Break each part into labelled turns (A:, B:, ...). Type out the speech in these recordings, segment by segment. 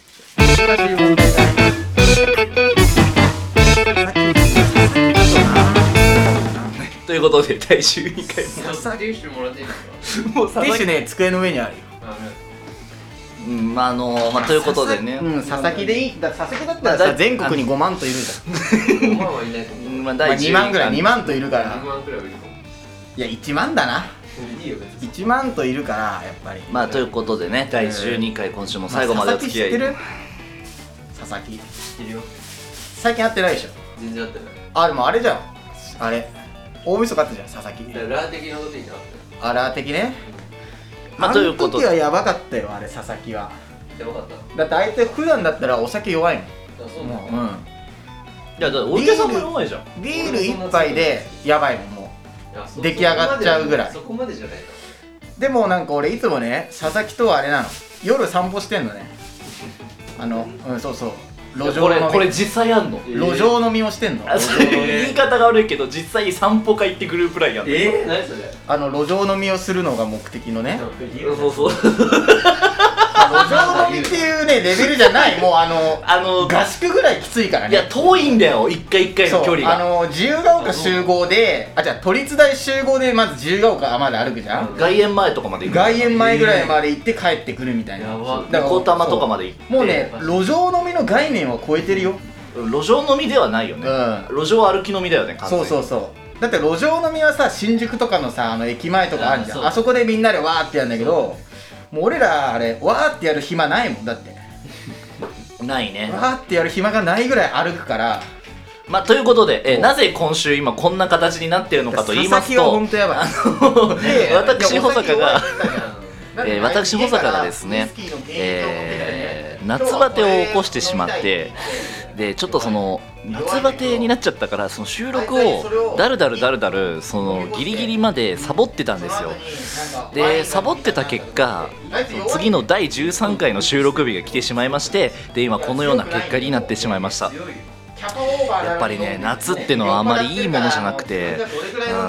A: 難しい問題ださっき言った
B: ということで第12回
C: おさティッシュもらっていいですか
B: ももう
A: テ
B: 佐
A: ィッ
B: 々
A: シュ
B: 木
A: ね机の上にあるよ
C: あ
B: うんまああのまあということでね
A: うん佐々木でいいだ佐々木だったら
B: ま
A: さ
B: あ
A: 全国に5万といるじゃん
C: 5万はいないと思う
B: うんまあ
A: まあ
B: 第12
A: 2万ぐらい2
B: 回
A: 万といるから
C: 2万くらいはいるかも
A: いや1万だない
C: いよ別に
A: 1万といるからやっぱり
B: まあということでね第12回今週も最後までお付き合い
A: まあ佐々木知ってる佐々木
C: いるよ
A: 最近会ってないでしょ
C: 全然合ってない
A: あでもあれじゃんあれ大晦日あったじゃん佐々木
C: だからラー的なことになって
A: あら的ね
B: まあということ
A: の時は
B: で
A: やばかったよあれ佐々木は
C: やばかったあ
A: だってあいつ普段だったらお酒弱い
C: そ
A: も
C: うんな
A: も
C: の
A: う、
B: いやだってお客さんも弱いじゃん
A: うん、ビール一杯でやばいもんも
C: いやそ
A: 出来上がっちゃうぐらい
C: そこまでじゃないか
A: うでもなんか俺いつもね佐々木とはあれなの夜散歩してんのねあのうんそうそう路上
B: これ
A: 飲み
B: これ実際やんの
A: 路上飲みをしてんの
B: あそう言い方が悪いけど実際に散歩会行ってグループラインやんの
C: え何それ
A: あの路上飲みをするのが目的のね
B: そうそう
A: 路上飲みっていうねレベルじゃ ないもうあの
B: あの
A: 合宿ぐらいきついから
B: いや
A: ね
B: 遠いんだよ一回一回の距離
A: あ
B: が
A: の自由が丘集合であじゃあ都立大集合でまず自由が丘まで歩くじゃん
B: 外苑前とかまで行く
A: 外苑前ぐらいまで行って帰ってくるみたいな
C: やば
A: だから
B: 横玉とかまで行って
A: そうもうね路上飲みの概念は超えてるよ
B: 路上飲みではないよ
A: う
B: ね、
A: ん
B: 路上歩き飲みだよね完全
A: そう
B: に
A: そうそうだって路上飲みはさ新宿とかのさあの駅前とかあるじゃん
B: あ
A: あ
B: そ
A: そ
B: う
A: こでみんなでわーってやるんだけどもう俺らあれわーってやる暇ないもんだって
B: ないね
A: わーってやる暇がないぐらい歩くから
B: まあということで、えー
A: そう
B: なぜ今週今こんな形になっているのかと言います
A: 佐々木は
B: と
A: 本当やばい
B: えー 私保坂が、えー私保坂がですね、えー夏バテを起こしてしまってでちょっとその夏バテになっちゃったからその収録をだるだるだるだるそのギリギリまでサボってたんですよでサボってた結果次の第13回の収録日が来てしまいましてで今このような結果になってしまいましたや
A: や
B: っぱりね夏ってのはあまりいいものじゃなくて、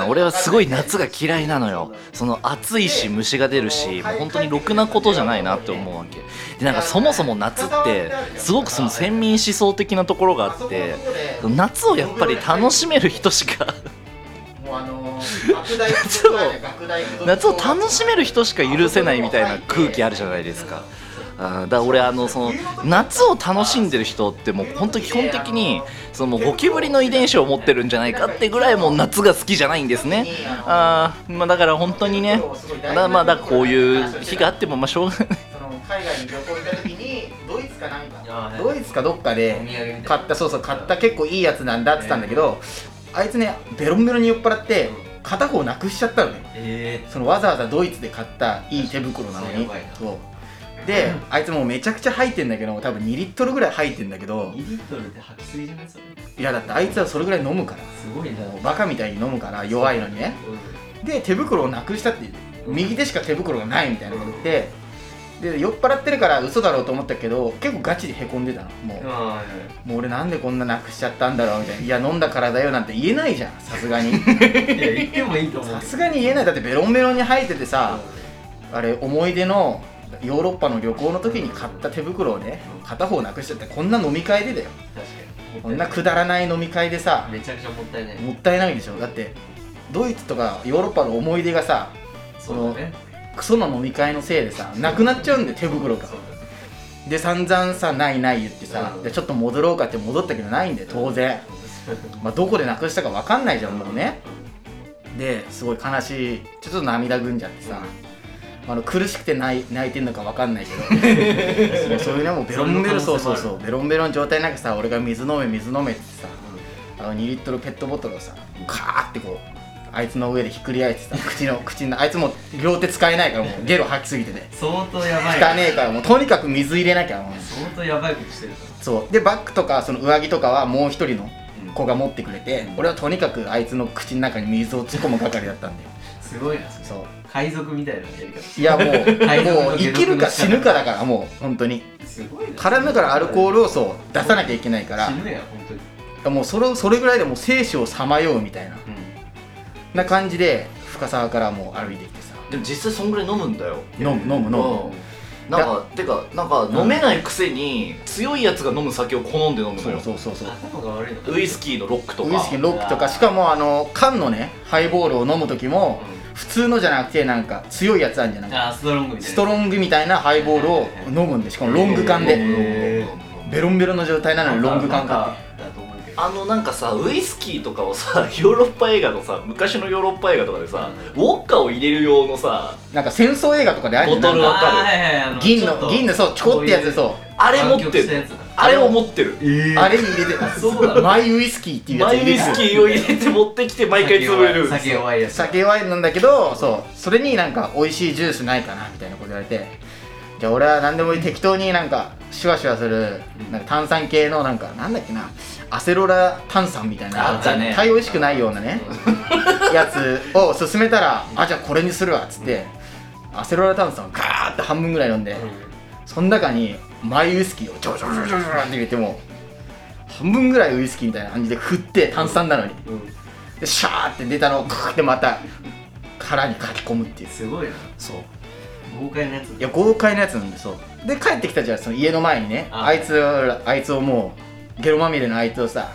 B: うん、俺はすごい夏が嫌いなのよその暑いし虫が出るしもう本当にろくなことじゃないなって思うわけでなんかそもそも夏ってすごくその先民思想的なところがあって夏をやっぱり楽しめる人しか 夏を夏を楽しめる人しか許せないみたいな空気あるじゃないですか。あーだから俺あのその夏を楽しんでる人ってもう本当基本的にそのもうゴキブリの遺伝子を持ってるんじゃないかってぐらいもう夏が好きじゃないんですねあー、まあ、だから本当にねまあまあだからこういう日があってもまあしょうがない
A: その海外に旅行行った時にドイツかなんか
C: あー
A: ドイツかどっかで
C: お土産みたいな
A: 買ったそうそう買った結構いいやつなんだって言ったんだけど、あいつねベロンベロンに酔っ払って片方なくしちゃったのね
C: え
A: そのわざわざドイツで買ったいい手袋なの
C: そう
A: に
C: やばいな
A: そうであいつもうめちゃくちゃ吐いてんだけど多分2リットルぐらい吐いてんだけど
C: 2リットルって白水じゃないそれ
A: いやだってあいつはそれぐらい飲むから
C: すごいな
A: もうバカみたいに飲むから弱いのにねで手袋をなくしたって右手しか手袋がないみたいなこと言ってで酔っ払ってるから嘘だろうと思ったけど結構ガチでへこんでたのもう
C: あ
A: もう俺なんでこんななくしちゃったんだろうみたいないや飲んだからだよなんて言えないじゃんさすが に
C: あいや言ってもいいと思う
A: さすがに言えないだってベロンベロンに生えててさあれ思い出のヨーロッパの旅行の時に買った手袋をね片方なくしちゃってこんな飲み会でだよ
C: 確
A: こ
C: か
A: ん
C: に
A: なくだらない飲み会でさ
C: めちゃくちゃもったいない
A: もったいないでしょだってドイツとかヨーロッパの思い出がさ
C: そうだね
A: クソの飲み会のせいでさなくなっちゃうんで手袋が
C: そうだね
A: で散々さないない言ってさ、
C: うん
A: でちょっと戻ろうかって戻ったけどないんで当然、まあ、どこでなくしたか分かんないじゃんもうねですごい悲しいちょっと涙ぐんじゃってさ、あの苦しくて泣い泣いてんのか分かんないけ どそうそういうねもうベロンベロン
C: そ
A: そう
C: いうう可
A: そう
C: 能性もあ
A: そう
C: る
A: ベロンベロン状態なんかさ俺が水飲め水飲めってさあの2リットルペットボトルをさカーってこうあいつの上でひっくり返してさ口の口のあいつも両手使えないからもうゲロ吐きすぎてて
C: 相当やばい
A: 汚ねえからもうとにかく水入れなきゃもう
C: 相当やばいことしてるか
A: そうでバッグとかその上着とかはもう一人の
C: うん
A: 子が持ってくれて、
C: うん
A: 俺はとにかくあいつの口の中に水を突っ込む係だったんだよ
C: らすごいなそれ
A: そ
C: 海賊みたいなやり方
A: ういやもうも
C: 海賊の
A: う生きるか死ぬかだからもう本当に
C: すごいな
A: 体のからアルコー
C: ル
A: ルをそう出さなきゃいけないから
C: 死ぬやん本当に
A: もうそれそれぐらいでもう生死をさまようみたいなな感じで深沢からもう歩いてきてさ
B: でも実際そんぐらい飲むんだよ
A: 飲む飲む飲む
B: なんかてかなんか飲めないくせに強いやつが飲む酒を好んで飲むの
A: そう
B: よ
A: そうそうそう
C: 頭が悪いの
B: ウイスキーのロックとか
A: ウイスキーのロックとかしかもあの缶のねハイボールを飲む時も普通のじゃなくてなんか強いやつあるんじゃな
C: う
A: んい
C: あーストロングみたいな
A: ストロングみたいなハイボールを飲むんでしかもロング缶
B: ロング
A: で
B: ロングロングロング
A: ベロンベロンの状態なのにロング缶買って
C: ってだと思うけど
B: あのなんかさウイスキーとかをさ ヨーロッパ映画のさ昔のヨーロッパ映画とかでさウォッカを入れる用のさ
A: なんか戦争映画とかであるじゃん
B: ボトル
A: なん
B: は
A: か
B: かる
C: あーはいはいあ
A: 銀の銀のそうちょこってやつで
C: う
A: そ
B: あれ持ってるあれを持ってる
C: え
A: うあれに入れて
C: そうなの
A: マイウイスキーっていうやつ
B: マイウイス
A: 入れてる
B: キーを入れて持ってきて毎回潰れる
C: 酒弱いやつ
A: 酒ワインなんだけどそうそれになんか美味しいジュースないかなみたいなこと言われてじゃあ俺は何でもいい適当になんかシュワシュワするなんか炭酸系のなんかなんだっけなアセロラ炭酸みたいな
B: あったね
A: 絶対美味しくないようなねやつを勧めたらあじゃあこれにするわっつってアセロラ炭酸をガーって半分ぐらい飲んでその中にマイウイスキーをジョジョジョジョジョって入れても半分ぐらいウイスキーみたいな感じで振って炭酸なのに
C: うんうん
A: でシャーって出たのをクーってまた殻に書き込むっていう
C: すごいな
A: そう
C: 豪快なやつ
A: いや豪快なやつなんでそうで帰ってきたじゃんその家の前にね
C: あ
A: あいつらあいつをもうゲロまみれのあいつをさ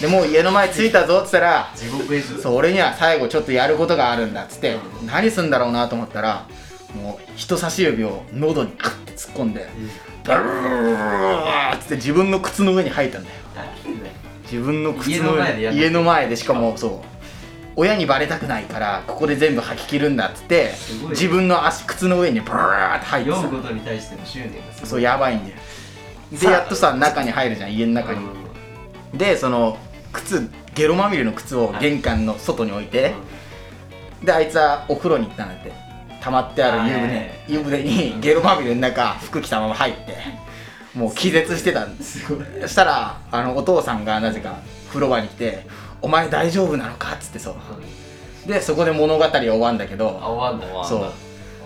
A: でもう家の前着いたぞっつったら
C: 地獄絵図
A: そう俺には最後ちょっとやることがあるんだっつって
C: う
A: 何すんだろうなと思ったらもう人差し指を喉にカッて突っ込んで
C: うん
A: ブルーっつって自分の靴の上に吐いたんだよ自分の靴の
C: 家の前でや
A: 上
C: る
A: に家の前でしかもそう親にバレたくないからここで全部吐き切るんだっつって
C: すごい
A: 自分の足靴の上にブラーって入って
C: 読む
A: さ
C: ことに対しての執念がすごい
A: そうやばいんだよで
B: さあ
A: やっとさ中に入るじゃん家の中
C: う
A: に
C: ん
A: でその靴ゲロまみれの靴を玄関の外に置いてであいつはお風呂に行ったんだって溜まってある湯
C: はい
A: 船湯船にゲロまみれの中服着たまま入ってもう気絶してたんです
C: すごい
A: そしたらあのお父さんがなぜか風呂場に来て「お前大丈夫なのか?」っつってそうでそこで物語は終わんだけど
C: あ終わんだ
A: そう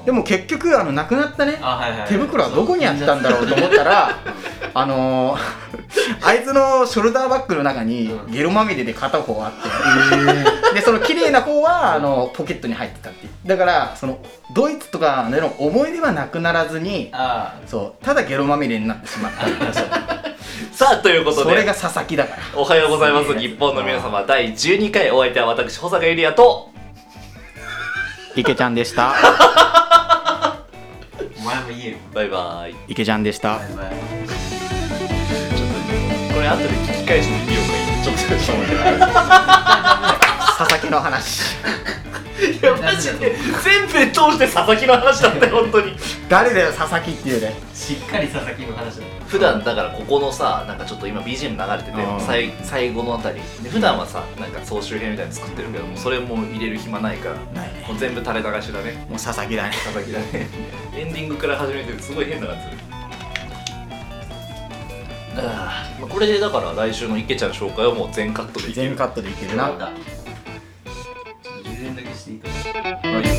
A: でも結局あの亡くなったね
C: あはいはい
A: 手袋はどこにあったんだろうと思ったらあのー、あいつのショルダーバッグの中に
C: うん
A: ゲロまみれで片方あって、でその綺麗な方はあのポケットに入ってたっていうだからそのドイツとかでの思い出はなくならずに
C: あ
A: そうただゲロまみれになってしまったっていうそう
B: さあということ
A: それ
B: で
A: が佐々木だから
B: おはようございます日本の皆様第12回お相手は私保坂ゆりやと
A: 池ちゃんでした
C: あお前も言えよ
B: バイバイ
A: 池ちゃんでした
C: バイバイ
B: ちょっとこれ後で聞き返してみようか今ちょっと
A: 佐々木の話
B: いやマジで全編通して佐々木の話だったよ本当に
A: 誰だよ佐々木っていうね
C: しっかり佐々木の話だ
B: 普段だからここのさなんかちょっと今 BGM 流れて
A: うん
B: て最最後のあたりで普段はさなんか総集編みたいに作ってるけどもそれも入れる暇ないから
A: ないね
B: もう全部垂れ流しだね
A: もう佐々木だね
B: 佐々木だね エンディングから始めてすごい変な感じあーまあこれでだから来週の池ちゃん紹介はもう全カットでいける
A: 全カットでいけるな
C: ちょっと充電だけしていいかな
B: はい